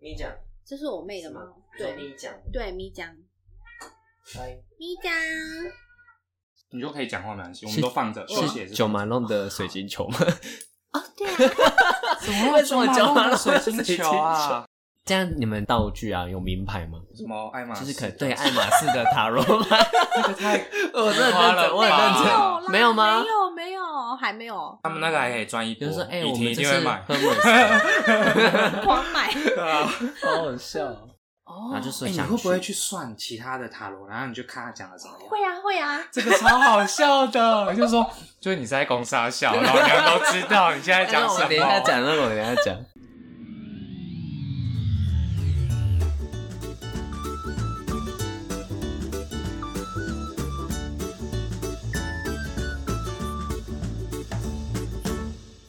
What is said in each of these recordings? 咪讲这是我妹的什猫么？，对咪讲，对，咪江，来，咪江，你就可以讲话没关系，我是们都放着，谢谢。是 九马弄的水晶球吗？哦，对 啊，怎么为什么九马弄的弄的水水晶晶球球啊啊？这样你们道具啊有名牌吗？什么爱马仕？啊就是可对啊爱马仕的塔罗牌，那个太 我真的花认了吧真，我很没认真有啦，没有吗没有，没有，还没有，他们那个还可以赚一波，就是说，哎、雨我婷们一这定是会买。狂 买，对啊，好好笑、哦然后就 说哎你想会不会去算其他的塔罗，然后你就看他讲的怎么样？会啊，会啊，这个超好笑 的，就是说，就是你在公司傻笑，老娘都知道你现 在讲哎那什我么。等一下讲，那我等一下讲。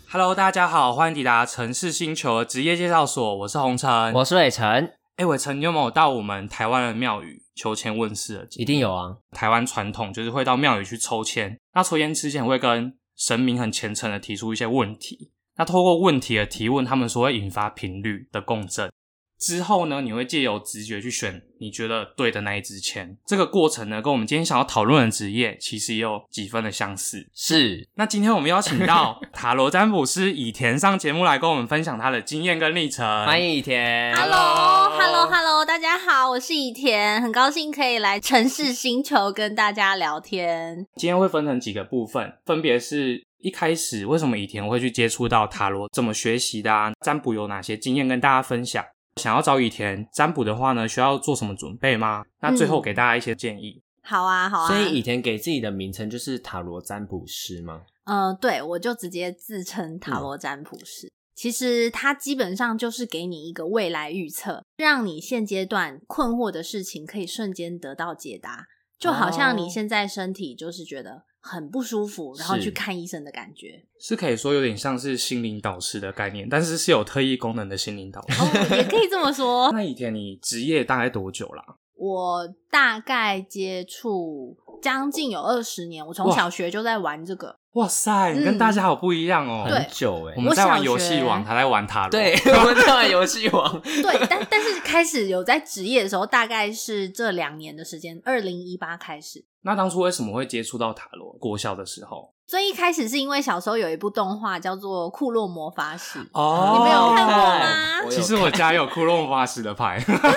Hello，大家好，欢迎抵达城市星球的职业介绍所，我是红尘。我是伟成，哎，伟成，你有没有到我们台湾的庙宇求签问世的？一定有啊。台湾传统就是会到庙宇去抽签，那抽签之前会跟神明很虔诚的提出一些问题，那透过问题的提问，他们所会引发频率的共振。之后呢，你会借由直觉去选你觉得对的那一支签。这个过程呢，跟我们今天想要讨论的职业其实也有几分的相似。是，那今天我们邀请到塔罗占卜师以田上节目来跟我们分享他的经验跟历程。 欢迎倚天。 Hello，Hello，Hello，大家好，我是以田，很高兴可以来城市星球跟大家聊天。今天会分成几个部分，分别是一开始为什么以前会去接触到塔罗，怎么学习的、啊，占卜有哪些经验跟大家分享。想要找以前占卜的话呢，需要做什么准备吗？那最后给大家一些建议。好啊，好啊，所以以田给自己的名称就是塔罗占卜师吗？嗯、对我就直接自称塔嗯罗占卜师。其实它基本上就是给你一个未来预测，让你现阶段困惑的事情可以瞬间得到解答，就好像你哦现在身体就是觉得很不舒服，然后是去看医生的感 觉。是可以说有点像是心灵导师的概念，但是是有特异功能的心灵导师。哦，也可以这么说。那以前你职业大概多久啦？我大概接触将近有二十年，我从哇小学就在玩这个。哇塞，你跟嗯大家好不一样哦。对很久哎、我欸。们在我玩小学游戏王，他在玩塔罗。 对， 我们在玩游戏王。对，但但是开始有在职业的时候，大概是这两年的时间，二零一八开始。那当初为什么会接触到塔罗？国小的时候所以一开始是因为小时候有一部动画叫做《库洛魔法使》，哦你没有看过吗我有其实我家有库洛魔法使的牌，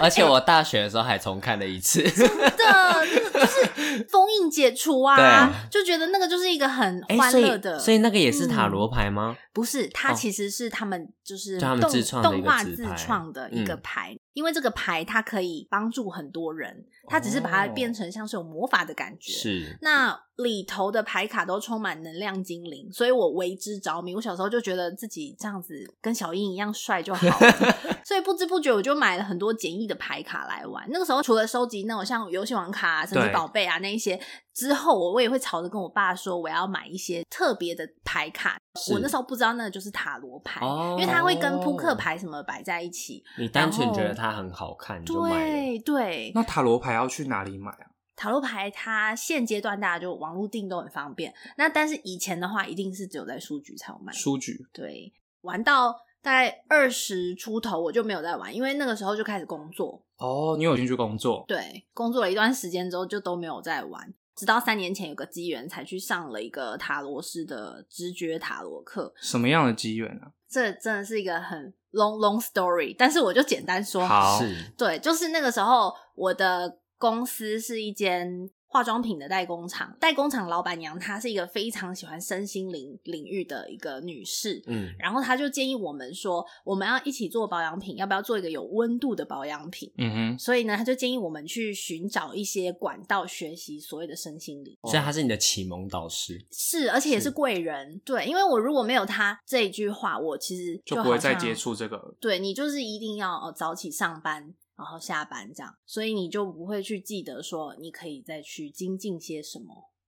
而且我大学的时候还重看了一次。的，这个就是封印解除啊，就觉得那个就是一个很 哎、欢所乐以的。嗯所以那个也是塔罗牌吗？不是，它哦其实是他们就是就动、他们自创的一动个画纸自牌创的一个嗯牌，因为这个牌它可以帮助很多人，它只是把它哦变成像是有魔法的感觉。。是，那里头的牌卡都充满能量精灵，所以我为之着迷。我小时候就觉得自己这样子跟小樱一样帅就好 了，所以不知不觉我就买了很多简易的牌卡来玩。那个时候除了收集那种像游戏王卡、啊、神奇对宝贝啊那一些之后，我我也会吵着跟我爸说我要买一些特别的牌卡。是我那时候不知道那个就是塔罗牌，哦因为它会跟扑克牌什么摆在一起。你单纯觉得它很好看就买了。对对，那塔罗牌要去哪里买啊？塔罗牌它现阶段大家就网络订都很方便，那但是以前的话一定是只有在书局才有卖。书局对，玩到大概二十出头我就没有再玩，因为那个时候就开始工作，哦，你有进去工作？对，工作了一段时间之后就都没有再玩，直到三年前有个机缘才去上了一个塔罗师的直觉塔罗课，什么样的机缘啊？这真的是一个很 long long story，但是我就简单说好是对，就是那个时候，我的公司是一间化妆品的代工厂，代工厂老板娘她是一个非常喜欢身心灵领域的一个女士。嗯，然后她就建议我们说，我们要一起做保养品，要不要做一个有温度的保养品？嗯所以呢，她就建议我们去寻找一些管道学习所谓的身心灵。所以他是你的启蒙导师。是，而且也是贵人。对，因为我如果没有她这一句话，我其实就好不会再像接触这个对你就是一定要哦早起上班，然后下班这样，所以你就不会去记得说你可以再去精进些什么。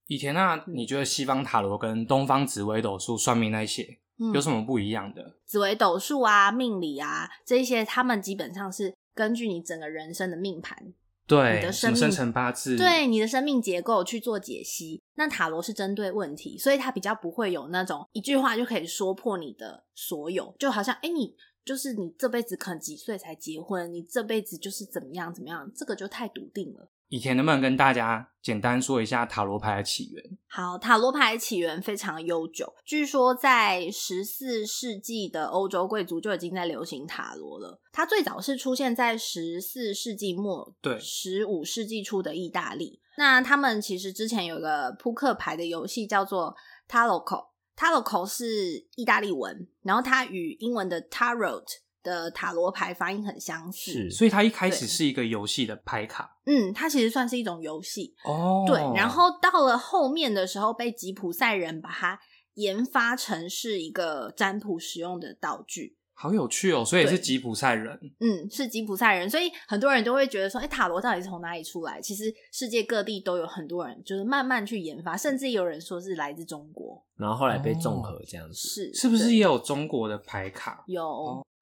以前啊，你觉得西方塔罗跟东方紫微斗数、算命那些嗯有什么不一样的？紫微斗数啊、命理啊这一些，他们基本上是根据你整个人生的命盘，对你的什生么命生辰八字？对你的生命结构去做解析。那塔罗是针对问题，所以它比较不会有那种一句话就可以说破你的所有，就好像哎你。就是你这辈子可能几岁才结婚，你这辈子就是怎么样怎么样，这个就太笃定了。以前能不能跟大家简单说一下塔罗牌的起源？好，塔罗牌起源非常悠久，据说在十四世纪的欧洲贵族就已经在流行塔罗了。它最早是出现在十四世纪末，对十五世纪初的意大利。那他们其实之前有个扑克牌的游戏叫做 Tarocco。Tarocco 是意大利文，然后它与英文的 Tarot 的塔罗牌发音很相似。是所以它一开始对是一个游戏的牌卡嗯，它其实算是一种游戏。哦对，然后到了后面的时候，被吉普赛人把它研发成是一个占卜使用的道具。好有趣哦，所以对是吉普赛人嗯，是吉普赛人，所以很多人都会觉得说，哎，塔罗到底是从哪里出来？其实世界各地都有很多人就是慢慢去研发，甚至有人说是来自中国，然后后来被综合这样子。是是不是对也哦有中国的牌卡？有？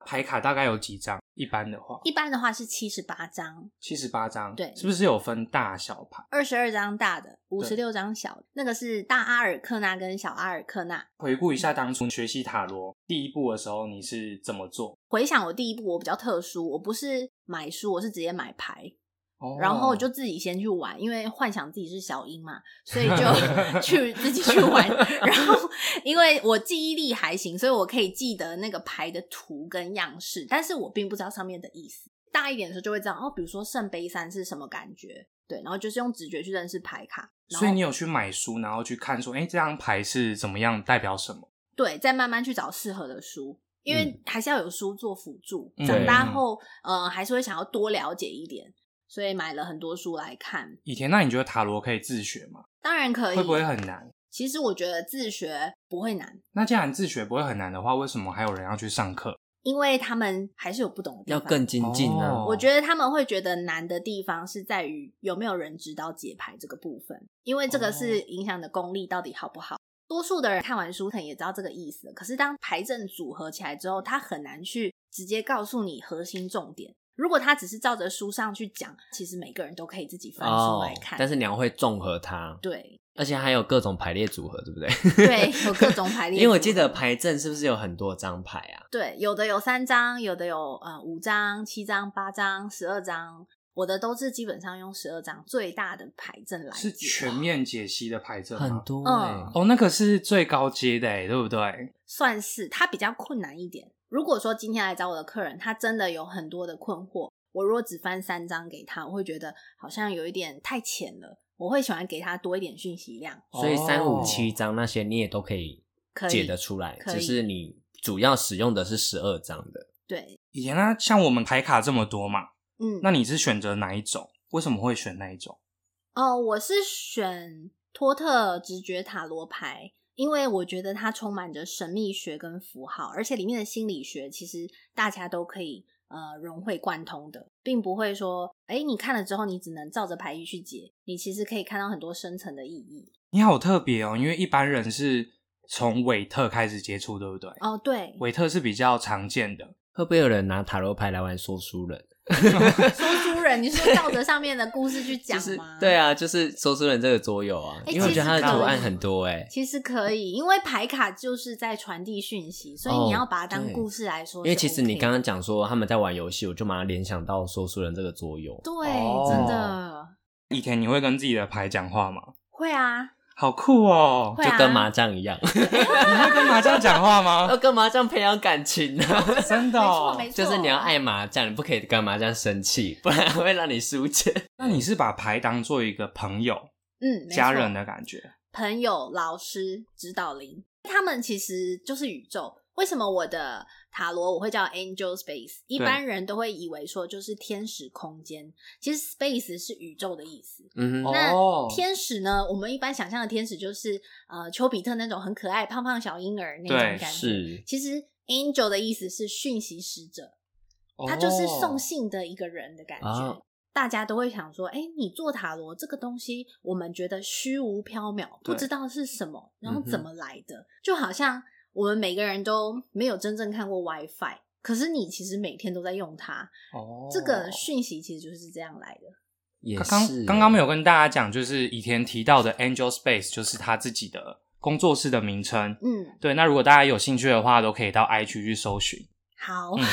牌卡大概有几张？一般的话，一般的话是七十八张，七十八张，对是不是有分大小牌？二十二张大的，五十六张小的，那个是大阿尔克纳跟小阿尔克纳。回顾一下当初学习塔罗第一步的时候，你是怎么做？回想我第一步，我比较特殊，我不是买书，我是直接买牌。哦然后我就自己先去玩，因为幻想自己是小樱嘛，所以 就去自己去玩。然后因为我记忆力还行，所以我可以记得那个牌的图跟样式，但是我并不知道上面的意思。大一点的时候就会知道，哦，比如说圣杯三是什么感觉，对，然后就是用直觉去认识牌卡。然后所以你有去买书，然后去看说，哎、这张牌是怎么样，代表什么？对，再慢慢去找适合的书，因为还是要有书做辅助。嗯长大后，呃，还是会想要多了解一点，所以买了很多书来看。以前那你觉得塔罗可以自学吗？当然可以，会不会很难？其实我觉得自学不会难，那既然自学不会很难的话，为什么还有人要去上课？因为他们还是有不懂的地要方。更精进啊！哦我觉得他们会觉得难的地方是在于有没有人指导解牌这个部分，因为这个是哦影响你的功力到底好不好。多数的人看完书可能也知道这个意思了，可是当牌阵组合起来之后，他很难去直接告诉你核心重点。如果他只是照着书上去讲，其实每个人都可以自己翻书来看。哦但是你要会综合它，对而且还有各种排列组合，对不对？对，有各种 排列组合，因为我记得牌阵是不是有很多张牌啊？对，有的有三张，有的有呃五张、七张、八张、十二张，我的都是基本上用十二张最大的牌阵来啊是解全面解析的牌阵吗很多嗯哎、哦，那个是最高阶的欸，对不对？算是它比较困难一点。如果说今天来找我的客人，他真的有很多的困惑，我如果只翻三张给他，我会觉得好像有一点太浅了。我会喜欢给他多一点讯息量，所以哦三五七张那些你也都可以可以解得出来，可以只是你主要使用的是十二张的。对，以前呢，像我们牌卡这么多嘛，嗯，那你是选择哪一种？为什么会选那一种？哦，我是选托特直觉塔罗牌，因为我觉得它充满着神秘学跟符号，而且里面的心理学其实大家都可以呃融会贯通的，并不会说，哎，你看了之后你只能照着牌意去解，你其实可以看到很多深层的意义。你好特别哦，因为一般人是从韦特开始接触，对不对？哦，对，韦特是比较常见的，会不会有人拿塔罗牌来玩说书人？说书人，你是照着上面的故事去讲就是吗？对。啊，就是说书人这个桌游啊，哎因为我觉得它其实的图可以案很多哎、其实可以，因为牌卡就是在传递讯息，所以你哦要把它当对故事来说、因为其实你刚刚刚讲说他们在玩游戏，我就马上联想到说书人这个桌游。对，哦真的以前你会跟自己的牌讲话吗？会啊，好酷 哦！会就啊跟麻将一样，你会跟麻将讲话 要吗？跟麻将培养感情啊，真的、哦？没错没错，就是你要爱麻将，你不可以跟麻将生气，不然会让你输钱。那你是把牌当做一个朋友、嗯没家错人的感觉？朋友、老师、指导灵，他们其实就是宇宙。为什么我的塔罗我会叫 Angel Space？一般人都会以为说就是天使空间，其实 Space 是宇宙的意思。嗯哼，那哦，天使呢？我们一般想象的天使就是呃丘比特那种很可爱胖胖小婴儿那种感对觉。是其实 Angel 的意思是讯息使者，哦他就是送信的一个人的感觉。啊大家都会想说，哎、你做塔罗这个东西，我们觉得虚无缥缈，不对知道是什么，然后嗯哼怎么来的，就好像我们每个人都没有真正看过 WiFi，可是你其实每天都在用它，哦这个讯息其实就是这样来的。也刚是欸刚刚刚没有跟大家讲，就是以前提到的 Angel Space 就是他自己的工作室的名称。嗯，对，那如果大家有兴趣的话，都可以到 IG 去搜寻。好，嗯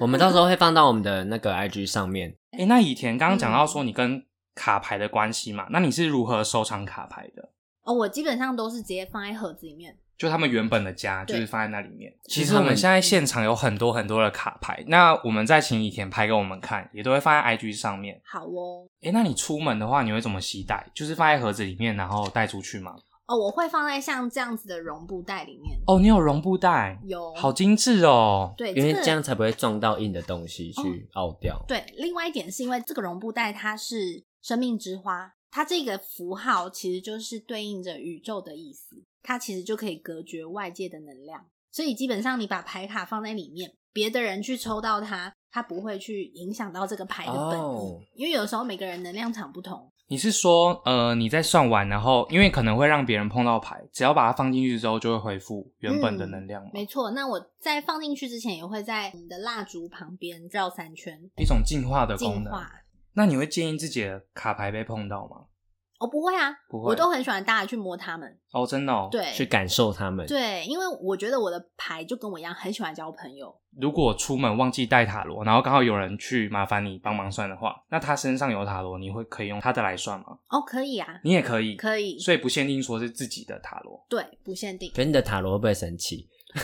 我们到时候会放到我们的那个 IG 上面。哎、那以前刚嗯刚讲到说你跟卡牌的关系嘛，那你是如何收藏卡牌的？ 哦，我基本上都是直接放在盒子里面。就他们原本的家，就对是放在那里面。其其实实我他们们现在现场有很多很多的卡牌，那我们再请以田拍给我们看，也都会放在 IG 上面。好哦，诶，那你出门的话，你会怎么携带？就是放在盒子里面，然后带出去吗？哦，我会放在像这样子的绒布袋里面。，哦，你有绒布袋，有好精致哦。对，因为个哦这样才不会撞到硬的东西去凹掉。对，另外一点是因为这个绒布袋它是生命之花，它这个符号其实就是对应着宇宙的意思，它其实就可以隔绝外界的能量，所以基本上你把牌卡放在里面，别的人去抽到它，它不会去影响到这个牌的本意，哦因为有时候每个人能量场不同，你是说，呃，你在算完，然后因为可能会让别人碰到牌，只要把它放进去之后，就会恢复原本的能量吗？嗯没错。那我在放进去之前，也会在我们的蜡烛旁边绕三圈一种进化的功净能。化。那你会建议自己的卡牌被碰到吗？我、不会啊，不会我都很喜欢大家去摸它们。哦，真的哦。。对，去感受它们。对，因为我觉得我的牌就跟我一样，很喜欢交朋友。如果出门忘记带塔罗，然后刚好有人去麻烦你帮忙算的话，那他身上有塔罗，你会可以用他的来算吗？哦，可以啊，你也可以，可以，所以不限定说是自己的塔罗。对，不限定，可是你的塔罗会不会生气？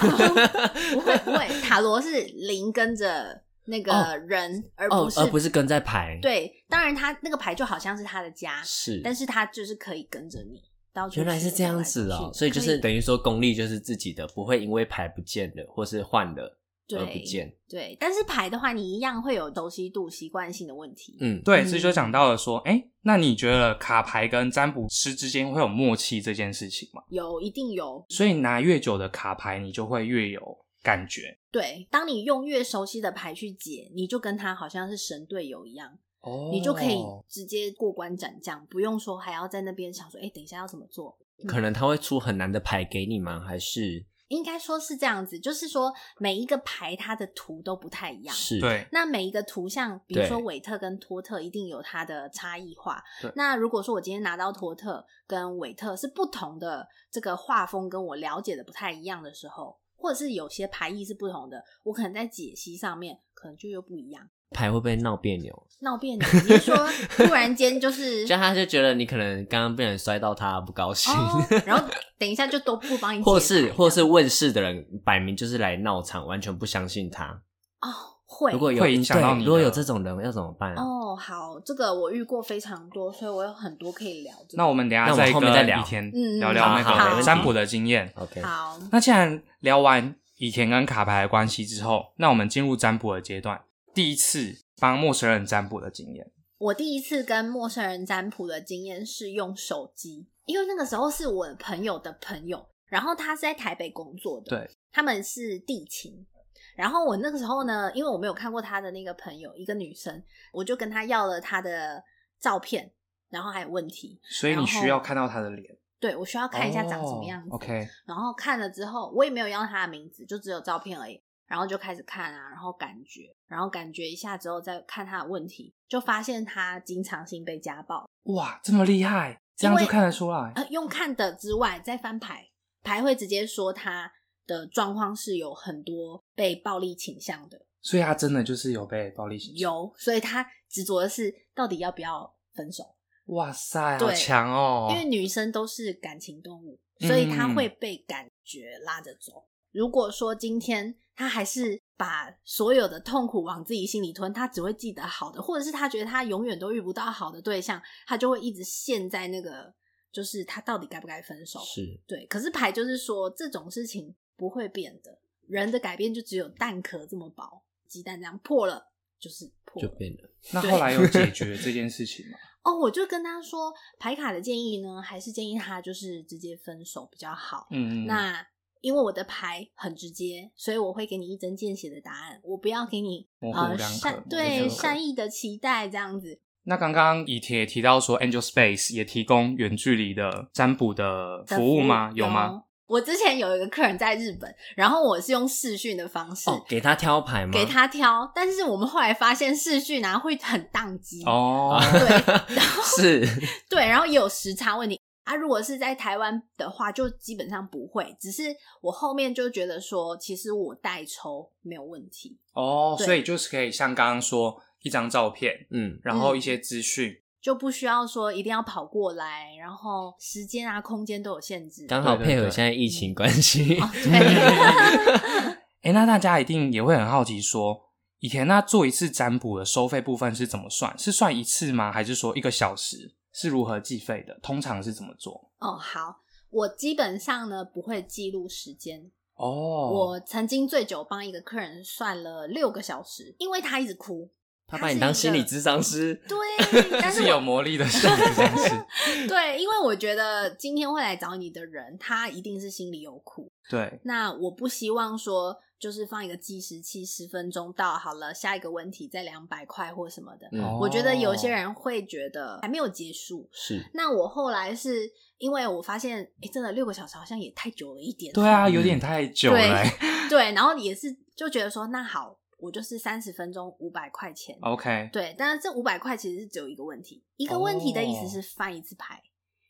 不会不会，塔罗是零跟着那个人，而哦不，是、而不是跟在牌。，对，当然他那个牌就好像是他的家，是。但是他就是可以跟着你到处去。原来是这样子走来哦走，去所以就可是等于说功力就是自己的，不会因为牌不见了或是换了而不对见。对，但是牌的话，你一样会有熟悉度、习惯性的问题。嗯，对，嗯这就讲到了说，哎、那你觉得卡牌跟占卜师之间会有默契这件事情吗？有一定有，所以拿越久的卡牌，你就会越有感觉对。当你用越熟悉的牌去解，你就跟他好像是神队友一样，哦你就可以直接过关斩将，不用说还要在那边想说，哎、等一下要怎么做？可能他会出很难的牌给你吗？还是应该说是这样子，就是说每一个牌它的图都不太一样。是？，对，那每一个图像，比如对说韦特跟托特，一定有它的差异化对。那如果说我今天拿到托特跟韦特是不同的这个画风，跟我了解的不太一样的时候，或者是有些牌意是不同的，我可能在解析上面可能就又不一样，牌会不会闹别扭？闹别扭。你是说突然间就是像他就觉得你可能刚刚被人摔到，他不高兴，哦， 然后等一下就都不帮你解牌，或是或这是样问世的人摆明就是来闹场，完全不相信他。哦会如果有会影响对到你的如果有这种人要怎么办啊？哦好，这个我遇过非常多，所以我有很多可以聊这个。那我们等一那下我们再后面再跟聊以田嗯聊聊好那好没个问题占卜的经验。 OK，好那既然聊完以前跟卡牌的关系之后，那我们进入占卜的阶段。第一次帮陌生人占卜的经验，我第一次跟陌生人占卜的经验是用手机，因为那个时候是我朋友的朋友，然后他是在台北工作的，对，他们是地勤。然后我那个时候呢，因为我没有看过他的那个朋友，一个女生，我就跟他要了他的照片，然后还有问题，所以你然后需要看到他的脸，对我需要看一下长什么样子。哦 OK，然后看了之后，我也没有要他的名字，就只有照片而已。然后就开始看啊，然后感觉，然后感觉一下之后再看他的问题，就发现他经常性被家暴。哇，这么厉害，这样因为就看得出来。呃，用看的之外，再翻牌，牌会直接说他的状况是有很多被暴力倾向的，所以他真的就是有被暴力行为。有，所以他执着的是到底要不要分手，哇塞，对好强哦！因为女生都是感情动物，所以嗯她会被感觉拉着走。如果说今天她还是把所有的痛苦往自己心里吞，她只会记得好的，或者是她觉得她永远都遇不到好的对象，她就会一直陷在那个，就是她到底该不该分手？是对，可是牌就是说这种事情不会变的，人的改变就只有蛋壳这么薄，鸡蛋这样破了就是破就了。变了。那对后来有解决这件 事情吗？哦，我就跟他说，牌卡的建议呢，还是建议他就是直接分手比较好。嗯，那因为我的牌很直接，所以我会给你一针见血的答案，我不要给你模糊呃两可模善糊对两可善意的期待这样子。那刚刚以铁也提到说，Angel Space 也提供远距离的占卜的的服务吗？有有吗？？我之前有一个客人在日本，然后我是用视讯的方式。哦，给他挑牌吗？给他挑，但是我们后来发现视讯啊会很宕机， 哦，对，然后 是对，然后也有时差问题。啊，如果是在台湾的话，就基本上不会。只是我后面就觉得说，其实我代抽没有问题。哦，对所以就是可以像刚刚说一张照片，嗯，然后一些资讯，就不需要说一定要跑过来，然后时间啊、空间都有限制。刚好对对配合对现在疫情关系，哦，对， 哎、那大家一定也会很好奇说，以前那做一次占卜的收费部分是怎么算？是算一次吗？还是说一个小时是如何计费的？通常是怎么做？哦，好，我基本上呢不会记录时间。哦，我 曾经最久帮一个客人算了六个小时，因为他一直哭。 他把你当心理咨商师，对，但是是我有魔力的事情，真是对，因为我觉得今天会来找你的人，他一定是心里有苦。对，那我不希望说就是放一个计时器，十分钟到好了，下一个问题再两百块或什么的。嗯哦我觉得有些人会觉得还没有结束。是那我后来是因为我发现，哎、真的六个小时好像也太久了一点。对啊，有点太久了、对 欸对，然后也是就觉得说，那好，我就是三十分钟五百块钱。 OK 对，但是这五百块其实是只有一个问题，一个问题的意哦思是翻一次牌。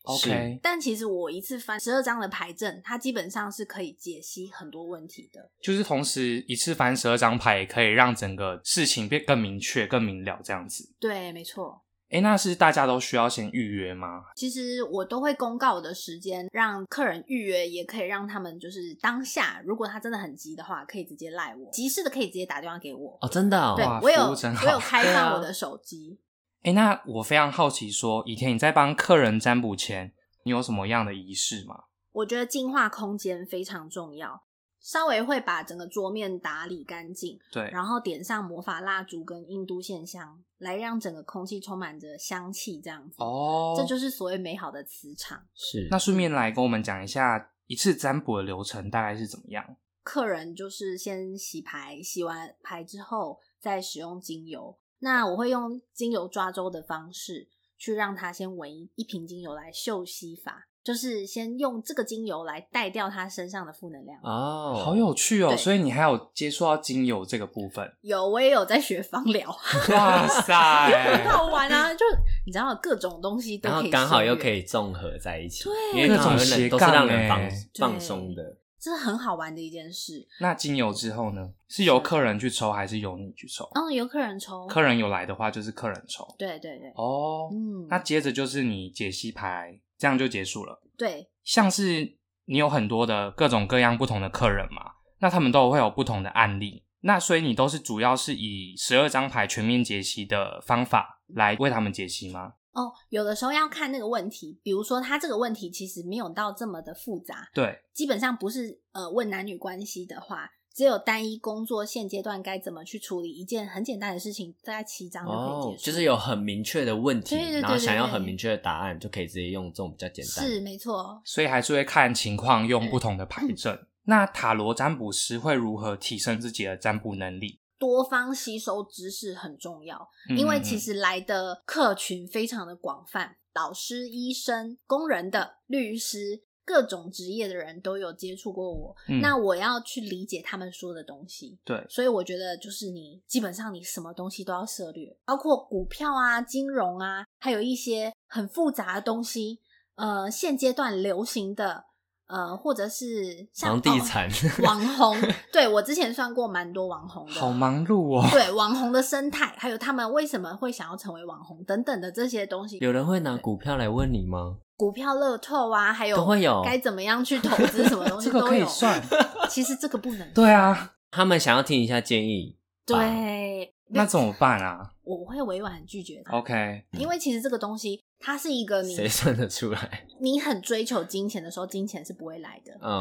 OK，但其实我一次翻十二张的牌阵，它基本上是可以解析很多问题的。就是同时一次翻十二张牌，也可以让整个事情变更明确、更明了这样子。对，没错。哎、那是大家都需要先预约吗？其实我都会公告我的时间，让客人预约，也可以让他们就是当下，如果他真的很急的话，可以直接赖我，急事的可以直接打电话给我。哦，真的对哦，哇我有，服务真好我有开对啊放我的手机。哎、那我非常好奇说以前你在帮客人占卜前，你有什么样的仪式吗？我觉得净化空间非常重要，稍微会把整个桌面打理干净，对，然后点上魔法蜡烛跟印度线香，来让整个空气充满着香气，这样子。哦，这就是所谓美好的磁场。是那顺便来跟我们讲一下一次占卜的流程大概是怎么样？客人就是先洗牌，洗完牌之后再使用精油。那我会用精油抓周的方式去让他先闻一一瓶精油来嗅吸法，就是先用这个精油来带掉他身上的负能量。哦，好有趣哦！对所以你还有接触到精油这个部 分，有，我也有在学芳 疗，哇很塞！好玩啊！就你知道，各种东西都然可后以，刚好又可，以综合在一起，对因为刚好各有种斜冷都杠是让人欸放对放松的，这是很好玩的一件事。那精油之后呢？是由客人去抽还是由你去抽？嗯，有客人抽，客人有来的话，就是客人抽。对对对，哦，嗯，那接着就是你解析牌，这样就结束了。对像是你有很多的各种各样不同的客人嘛，那他们都会有不同的案例。那所以你都是主要是以十二张牌全面解析的方法来为他们解析吗？哦，有的时候要看那个问题，比如说他这个问题其实没有到这么的复杂，对，基本上不是呃问男女关系的话，只有单一工作现阶段该怎么去处理一件很简单的事情，大概七张就可以哦结，束，就是有很明确的问题对对，对然后想要对对很明确的答案，就可以直接用这种比较简单的。是没错。所以还是会看情况用不同的牌 阵。那塔罗占卜师会如何提升自己的占卜能力？嗯多方吸收知识很重要，嗯因为其实来的客群非常的广泛，老师、医生、工人的、律师，各种职业的人都有接触过我。嗯那我要去理解他们说的东西，对所以我觉得就是你基本上你什么东西都要涉略，包括股票啊、金融啊，还有一些很复杂的东西，呃，现阶段流行的。呃，或者是像房地产哦 网红，对我之前算过蛮多网红的，好忙碌哦。 对网红的生态，还有他们为什么会想要成为网红等等的这些东西，有人会拿股票来问你吗？股票乐透啊，还有都会有该怎么样去投资什么东西这都个有。可以算其实这个不能对啊，他们想要听一下建议，对，那怎么办啊我会委婉拒绝他？OK，因为其实这个东西它是一个你谁算得出来？你很追求金钱的时候，金钱是不会来啊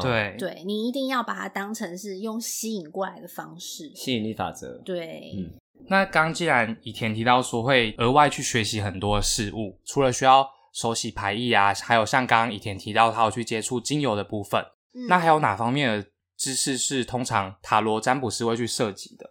的。嗯，，对，对你一定要把它当成是用吸引过来的方式。吸引力法则。对，嗯那刚既然以前提到说会额外去学习很多事物，除了需要熟悉牌意啊，还有像刚刚以前提到他有去接触精油的部分，嗯那还有哪方面的知识是通常塔罗占卜师会去涉及的？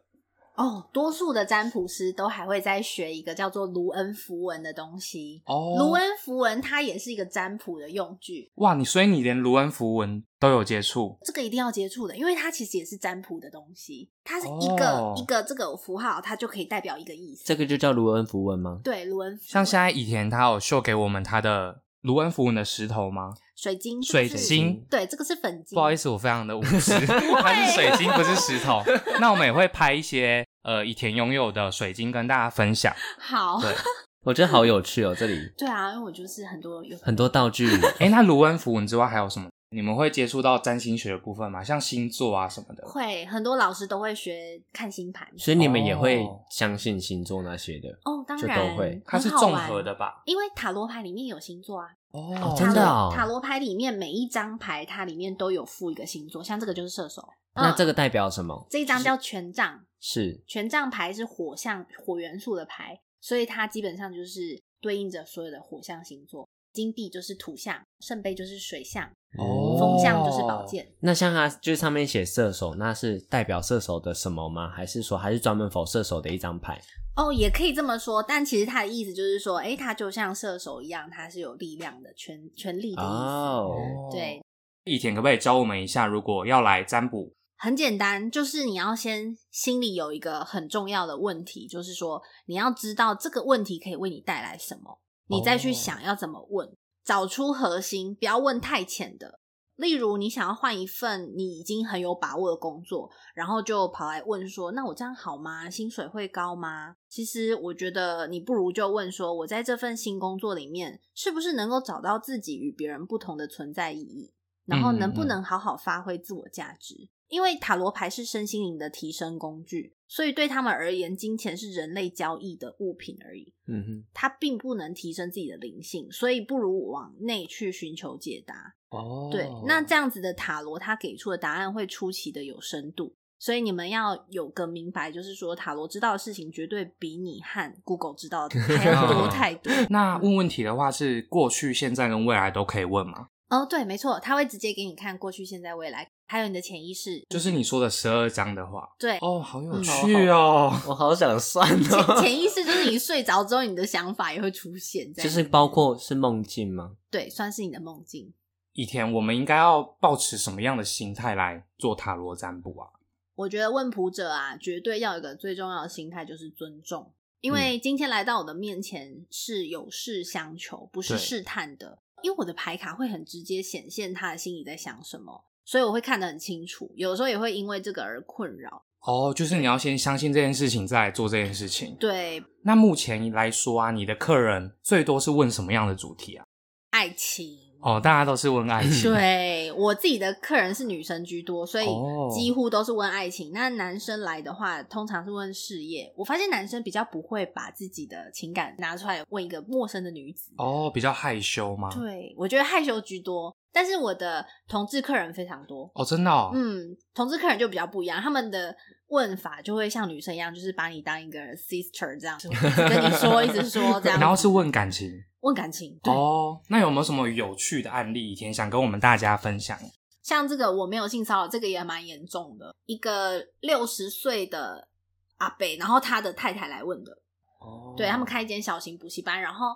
哦，多数的占卜师都还会再学一个叫做卢恩符文的东西。哦卢恩符文它也是一个占卜的用具，哇，你所以你连卢恩符文都有接触，这个一定要接触的，因为它其实也是占卜的东西，它是一个、哦一个这个符号，它就可以代表一个意思。这个就叫卢恩符文吗？对卢恩符文像现在以前他有秀给我们他的卢恩符文的石头吗？水晶、就是，水晶。对，这个是粉晶。不好意思，我非常的无知， 它是水晶，不是石头。那我们也会拍一些呃以前拥有的水晶跟大家分享。好，对我觉得好有趣哦，这里对啊，因为我就是很多有很多道具，哎、那卢恩符文之外还有什么？你们会接触到占星学的部分吗？像星座啊什么的。会很多老师都会学看星盘。所以你们也会哦相信星座那些的。哦，当就都然会它是很好综玩合的吧？因为塔罗牌里面有星座啊，哦真的哦塔罗塔罗牌里面每一张牌它里面都有附一个星座，像这个就是射手，那嗯这个代表什么？这一张叫权杖，是权杖牌是火象火元素的牌，所以它基本上就是对应着所有的火象星座。金币就是土象，圣杯就是水象，哦风象就是宝剑。那像它就是上面写射手，那是代表射手的什么吗？还是说还是专门否射手的一张牌？哦，也可以这么说，但其实它的意思就是说，诶，它就像射手一样，它是有力量的、权权力的意思。哦，对，以前可不可以教我们一下？如果要来占卜，很简单，就是你要先心里有一个很重要的问题，就是说你要知道这个问题可以为你带来什么，你再去想要怎么问，找出核心，不要问太浅的。例如，你想要换一份你已经很有把握的工作，然后就跑来问说：“那我这样好吗？薪水会高吗？”其实我觉得你不如就问说：“我在这份新工作里面，是不是能够找到自己与别人不同的存在意义？然后嗯嗯能不嗯能好好发挥自我价值？”因为塔罗牌是身心灵的提升工具，所以对他们而言，金钱是人类交易的物品而已。嗯哼。它并不能提升自己的灵性，所以不如往内去寻求解答。哦对，那这样子的塔罗，它给出的答案会出奇的有深度，所以你们要有个明白，就是说塔罗知道的事情绝对比你和 Google 知道 的还要哦多太多。那问问题的话是过去、现在跟未来都可以问吗？哦，对，没错，他会直接给你看过去、现在、未来，还有你的潜意识，就是你说的十二章的话，对。哦，好嗯有趣哦！我好想算潜哦，潜意识就是你睡着之后，你的想法也会出现，这样就是包括是梦境吗？对，算是你的梦境。以前我们应该要保持什么样的心态来做塔罗占卜啊？我觉得问卜者啊，绝对要有一个最重要的心态，就是尊重。嗯因为今天来到我的面前是有事相求，不是对试探的。因为我的牌卡会很直接显现他的心里在想什么，所以我会看得很清楚。有时候也会因为这个而困扰。哦，就是你要先相信这件事情，再来做这件事情。对，那目前来说啊，你的客人最多是问什么样的主题啊？爱情。哦，大家都是问爱情。 对我自己的客人是女生居多，所以哦几乎都是问爱情。那男生来的话，通常是问事业。我发现男生比较不会把自己的情感拿出来问一个陌生的女子。哦，比较害羞吗？对，我觉得害羞居多，但是我的同志客人非常多。哦，真的哦。嗯，同志客人就比较不一样，他们的问法就会像女生一样，就是把你当一个 sister 这样，一直跟你说，一直说这样。 然后是问感情问感情，对，哦，那有没有什么有趣的案例？以前想跟我们大家分享？像这个我没有性骚扰，这个也蛮严重的。一个六十岁的阿伯，然后他的太太来问的，哦对他们开一间小型补习班，然后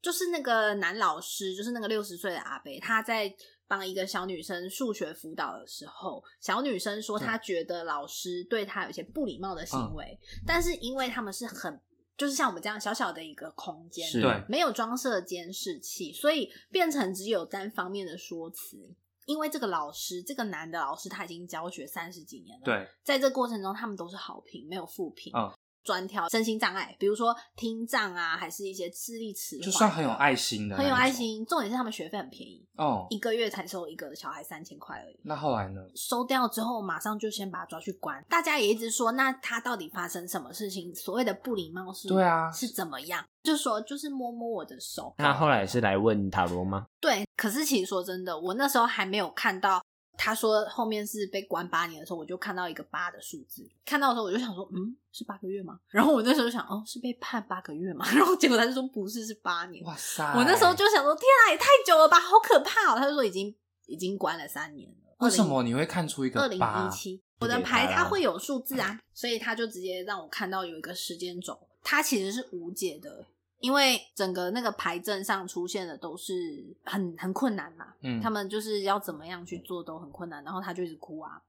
就是那个男老师，就是那个六十岁的阿伯，他在帮一个小女生数学辅导的时候，小女生说她觉得老师对她有一些不礼貌的嗯行为，但是因为他们是很就是像我们这样小小的一个空间，是对没有装设监视器，所以变成只有单方面的说辞。因为这个老师，这个男的老师他已经教学三十几年了，对，在这过程中，他们都是好评，没有负评。嗯专挑身心障碍，比如说听障啊，还是一些智力迟缓，就算很有，爱心的，很有爱。心。重点是他们学费很便宜，哦，一个月才收一个小孩三千块而已。那后来呢？收掉之后，马上就先把他抓去关。大家也一直说，那他到底发生什么事情？所谓的不礼貌是，对啊是怎么样？就说就是摸摸我的手，那后来是来问塔罗吗？对，可是其实说真的，我那时候还没有看到他说后面是被关八年的时候，我就看到一个八的数字，看到的时候我就想说，嗯，是八个月吗？然后我那时候就想，哦，是被判八个月吗？ 然后结果他就说不是，是八年。哇塞！我那时候就想说，天啊，也太久了吧，好可怕哦！他就说已经已经关了三年了。为什么你会看出一二个零八一？七，我的牌它会有数字嗯啊，所以他就直接让我看到有一个时间轴，它其实是无解的，因为整个那个牌阵上出现的都是很很困难嘛，嗯，他们就是要怎么样去做都很困难，然后他就一直哭啊。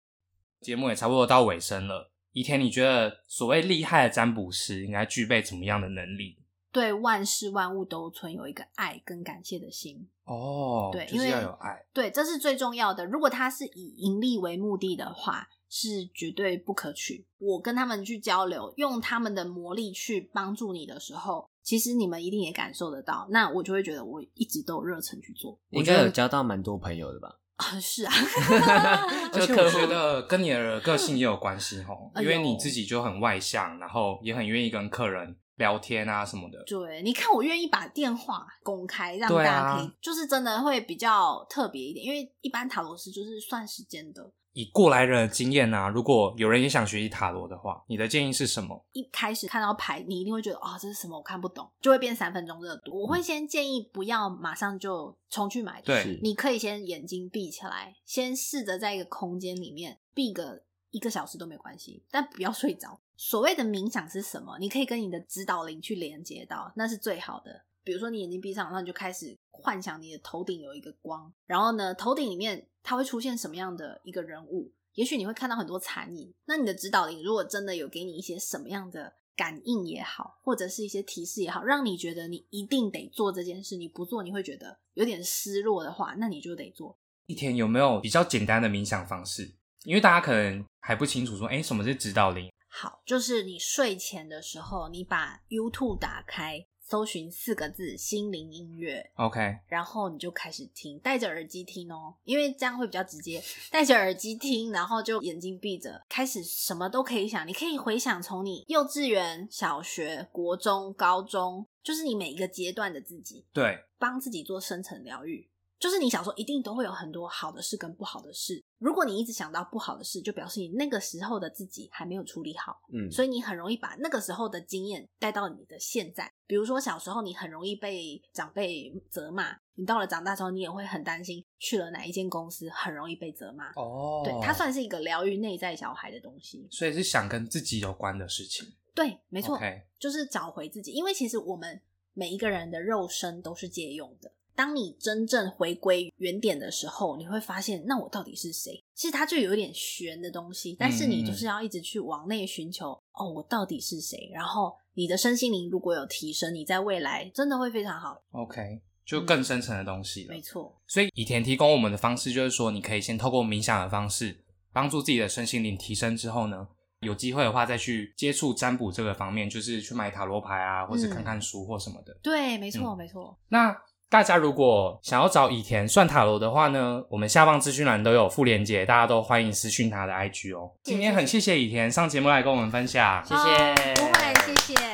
节目也差不多到尾声了。以前你觉得所谓厉害的占卜师应该具备怎么样的能力？对万事万物都存有一个爱跟感谢的心。哦，对就是因为要有爱，对，这是最重要的。如果他是以盈利为目的的话，是绝对不可取。我跟他们去交流，用他们的魔力去帮助你的时候，其实你们一定也感受得到。那我就会觉得我一直都有热忱去做。应该有交到蛮多朋友的吧？啊，是 啊，而就且客我户觉得跟你的个性也有关系吼，哎因呦为你自己就很外向，然后也很愿意跟客人聊天啊什么的。对，你看我愿意把电话公开，让大对啊家可以，就是真的会比较特别一点，因为一般塔罗师就是算时间的。以过来人的经验啊，如果有人也想学习塔罗的话，你的建议是什么？一开始看到牌，你一定会觉得啊、这是什么？我看不懂，就会变三分钟热度。我会先建议不要马上就冲去买，对是，你可以先眼睛闭起来，先试着在一个空间里面闭个一个小时都没关系，但不要睡着。所谓的冥想是什么？你可以跟你的指导灵去连接到，那是最好的。比如说你眼睛闭上，然后你就开始幻想你的头顶有一个光，然后呢，头顶里面它会出现什么样的一个人物？也许你会看到很多残影。那你的指导灵如果真的有给你一些什么样的感应也好，或者是一些提示也好，让你觉得你一定得做这件事，你不做你会觉得有点失落的话，那你就得做。一天有没有比较简单的冥想方式？因为大家可能还不清楚说，哎、什么是指导灵？好，就是你睡前的时候，你把 YouTube 打开，搜寻四个字“心灵音乐”， OK，然后你就开始听，戴着耳机听哦，因为这样会比较直接。戴着耳机听，然后就眼睛闭着，开始什么都可以想。你可以回想从你幼稚园、小学、国中、高中，就是你每一个阶段的自己，对，帮自己做深层疗愈。就是你小时候一定都会有很多好的事跟不好的事，如果你一直想到不好的事，就表示你那个时候的自己还没有处理好。嗯，所以你很容易把那个时候的经验带到你的现在。比如说小时候你很容易被长辈责骂，你到了长大之后，你也会很担心去了哪一间公司很容易被责骂。哦对，它，算是一个疗愈内在小孩的东西。所以是想跟自己有关的事情。对，没错 OK 就是找回自己。因为其实我们每一个人的肉身都是借用的。当你真正回归原点的时候，你会发现，那我到底是谁？其实它就有一点玄的东西，但是嗯你就是要一直去往内寻求。哦，我到底是谁？然后你的身心灵如果有提升，你在未来真的会非常好。 OK，就嗯更深层的东西了。没错，所以以田提供我们的方式就是说，你可以先透过冥想的方式，帮助自己的身心灵提升之后呢，有机会的话再去接触占卜这个方面，就是去买塔罗牌啊，或是看看书或什么的。对，没错，嗯没错。那大家如果想要找以田算塔罗的话呢，我们下方资讯栏都有附链接，大家都欢迎私讯他的 IG 哦。谢谢今天很谢谢以田上节目来跟我们分享，谢谢哦不会，谢谢。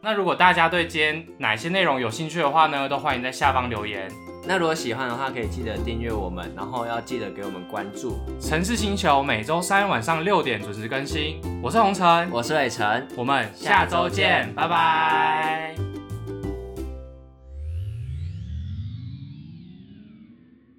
那如果大家对今天哪一些内容有兴趣的话呢，都欢迎在下方留言。那如果喜欢的话，可以记得订阅我们，然后要记得给我们关注。城市星球每周三晚上六点准时更新，我是红尘，我是伟成，我们下周见，拜拜。